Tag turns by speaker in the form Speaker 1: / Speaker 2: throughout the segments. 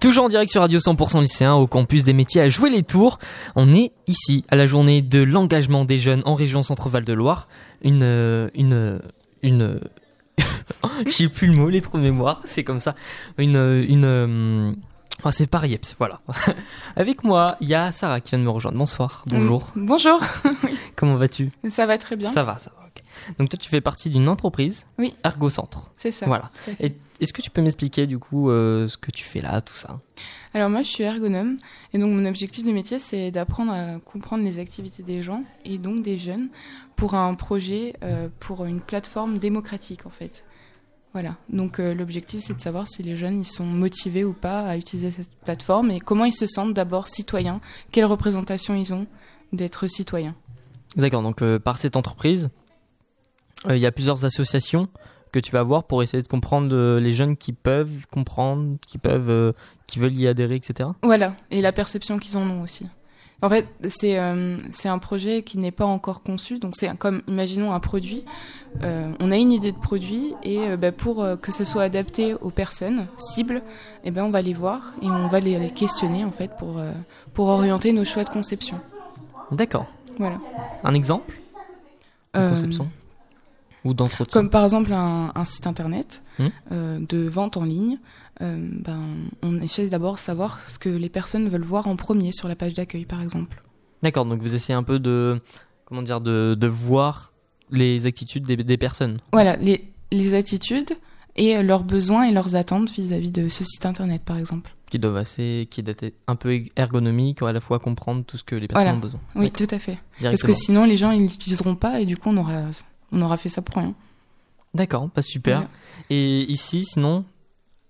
Speaker 1: Toujours en direct sur Radio 100% lycéen au campus des métiers à jouer les tours. On est ici à la journée de l'engagement des jeunes en région Centre-Val de Loire. Une euh, une une euh, j'ai plus le mot, les trous de mémoire, c'est comme ça. Une euh, une euh, ah, c'est Paris Eps, voilà. Avec moi, il y a Sarah qui vient de me rejoindre. Bonsoir, bonjour.
Speaker 2: Mm, Bonjour,
Speaker 1: Comment vas-tu
Speaker 2: ça va très bien,
Speaker 1: Ça va, ça va. ok. Donc toi, tu fais partie d'une entreprise,
Speaker 2: Oui.
Speaker 1: Ergocentre.
Speaker 2: c'est ça.
Speaker 1: Voilà.
Speaker 2: tout à fait.
Speaker 1: Et Est-ce que tu peux m'expliquer du coup euh, ce que tu fais là, tout ça
Speaker 2: Alors moi je suis ergonome et donc mon objectif de métier c'est d'apprendre à comprendre les activités des gens et donc des jeunes pour un projet, euh, pour une plateforme démocratique en fait. Voilà, donc euh, l'objectif c'est de savoir si les jeunes ils sont motivés ou pas à utiliser cette plateforme et comment ils se sentent d'abord citoyens, quelle représentation ils ont d'être citoyens.
Speaker 1: D'accord, donc euh, par cette entreprise, euh, il y a plusieurs associations que tu vas voir pour essayer de comprendre euh, les jeunes qui peuvent comprendre, qui peuvent, euh, qui veulent y adhérer, etc.
Speaker 2: Voilà, et la perception qu'ils en ont aussi. En fait, c'est euh, c'est un projet qui n'est pas encore conçu, donc c'est comme, imaginons un produit, Euh, on a une idée de produit et euh, bah, pour euh, que ce soit adapté aux personnes cibles, eh ben, on va les voir et on va les, les questionner en fait pour, euh, pour orienter nos choix de conception.
Speaker 1: D'accord.
Speaker 2: Voilà.
Speaker 1: Un exemple de
Speaker 2: Euh,
Speaker 1: conception ou d'entretien.
Speaker 2: Comme par exemple un, un site internet
Speaker 1: Hmm.
Speaker 2: euh, de vente en ligne, euh, ben, on essaie d'abord de savoir ce que les personnes veulent voir en premier sur la page d'accueil par exemple.
Speaker 1: D'accord, donc vous essayez un peu de, comment dire, de, de voir les attitudes des, des personnes.
Speaker 2: Voilà, les, les attitudes et euh, leurs besoins et leurs attentes vis-à-vis de ce site internet, par exemple.
Speaker 1: qui doivent assez, qui doivent être un peu ergonomiques, à la fois comprendre tout ce que les personnes
Speaker 2: Voilà.
Speaker 1: ont besoin.
Speaker 2: Oui, tout à fait. Parce
Speaker 1: Directement.
Speaker 2: que sinon, les gens, ils l'utiliseront pas et du coup, on aura, on aura fait ça pour rien.
Speaker 1: D'accord, pas super.
Speaker 2: Bien.
Speaker 1: Et ici, sinon,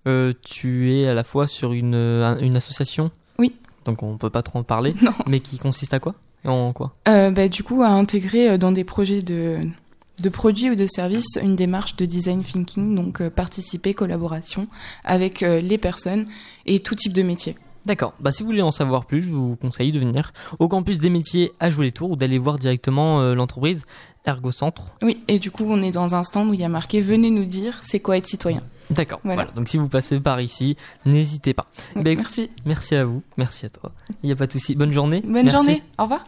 Speaker 1: euh, tu es à la fois sur une, euh, une association.
Speaker 2: Oui.
Speaker 1: Donc on peut pas trop en parler.
Speaker 2: Non.
Speaker 1: Mais qui consiste à quoi En quoi
Speaker 2: Euh, bah, du coup, à intégrer euh, dans des projets de, de produits ou de services une démarche de design thinking, donc euh, participer, collaboration avec euh, les personnes et tout type de métier.
Speaker 1: D'accord. Bah si vous voulez en savoir plus, je vous conseille de venir au campus des métiers à jouer les tours ou d'aller voir directement euh, l'entreprise Ergocentre.
Speaker 2: Oui, et du coup, on est dans un stand où il y a marqué Venez nous dire c'est quoi être citoyen.
Speaker 1: D'accord. Voilà.
Speaker 2: Voilà.
Speaker 1: Donc si vous passez par ici, n'hésitez pas. Eh ben,
Speaker 2: Merci.
Speaker 1: Merci à vous. Merci à toi. Il n'y a pas de souci. Bonne journée.
Speaker 2: Bonne
Speaker 1: Merci.
Speaker 2: journée. Au revoir.